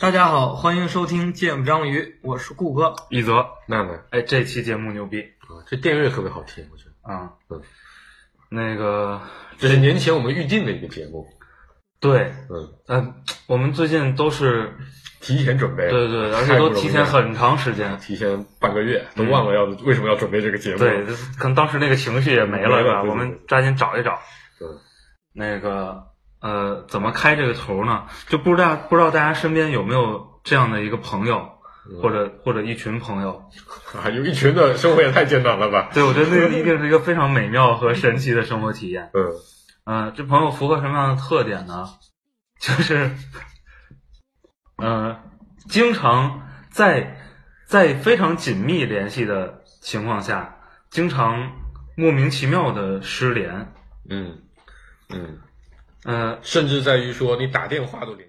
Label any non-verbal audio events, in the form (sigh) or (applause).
大家好，欢迎收听《芥末章鱼》，我是顾哥。一泽，娜娜哎，这期节目牛逼啊，这电乐特别好听，我觉得啊！嗯那个这是年前我们预定的一个节目，对，嗯，嗯，我们最近都是提前准备，对对对，而且都提前太不容易了很长时间，提前半个月都忘了要为什么要准备这个节目，对，可能当时那个情绪也没了，没了是吧？对对对我们抓紧找一找嗯，那个呃，怎么开这个头呢？就不知道不知道大家身边有没有这样的一个朋友，嗯或者或者一群朋友？啊， (laughs) 有一群的生活也太艰难了吧，对，我觉得那个一定是一个非常美妙和神奇的生活体验。嗯，嗯、这朋友符合什么样的特点呢？就是，呃，经常在在非常紧密联系的情况下，经常莫名其妙的失联。嗯嗯，呃，甚至在于说你打电话都连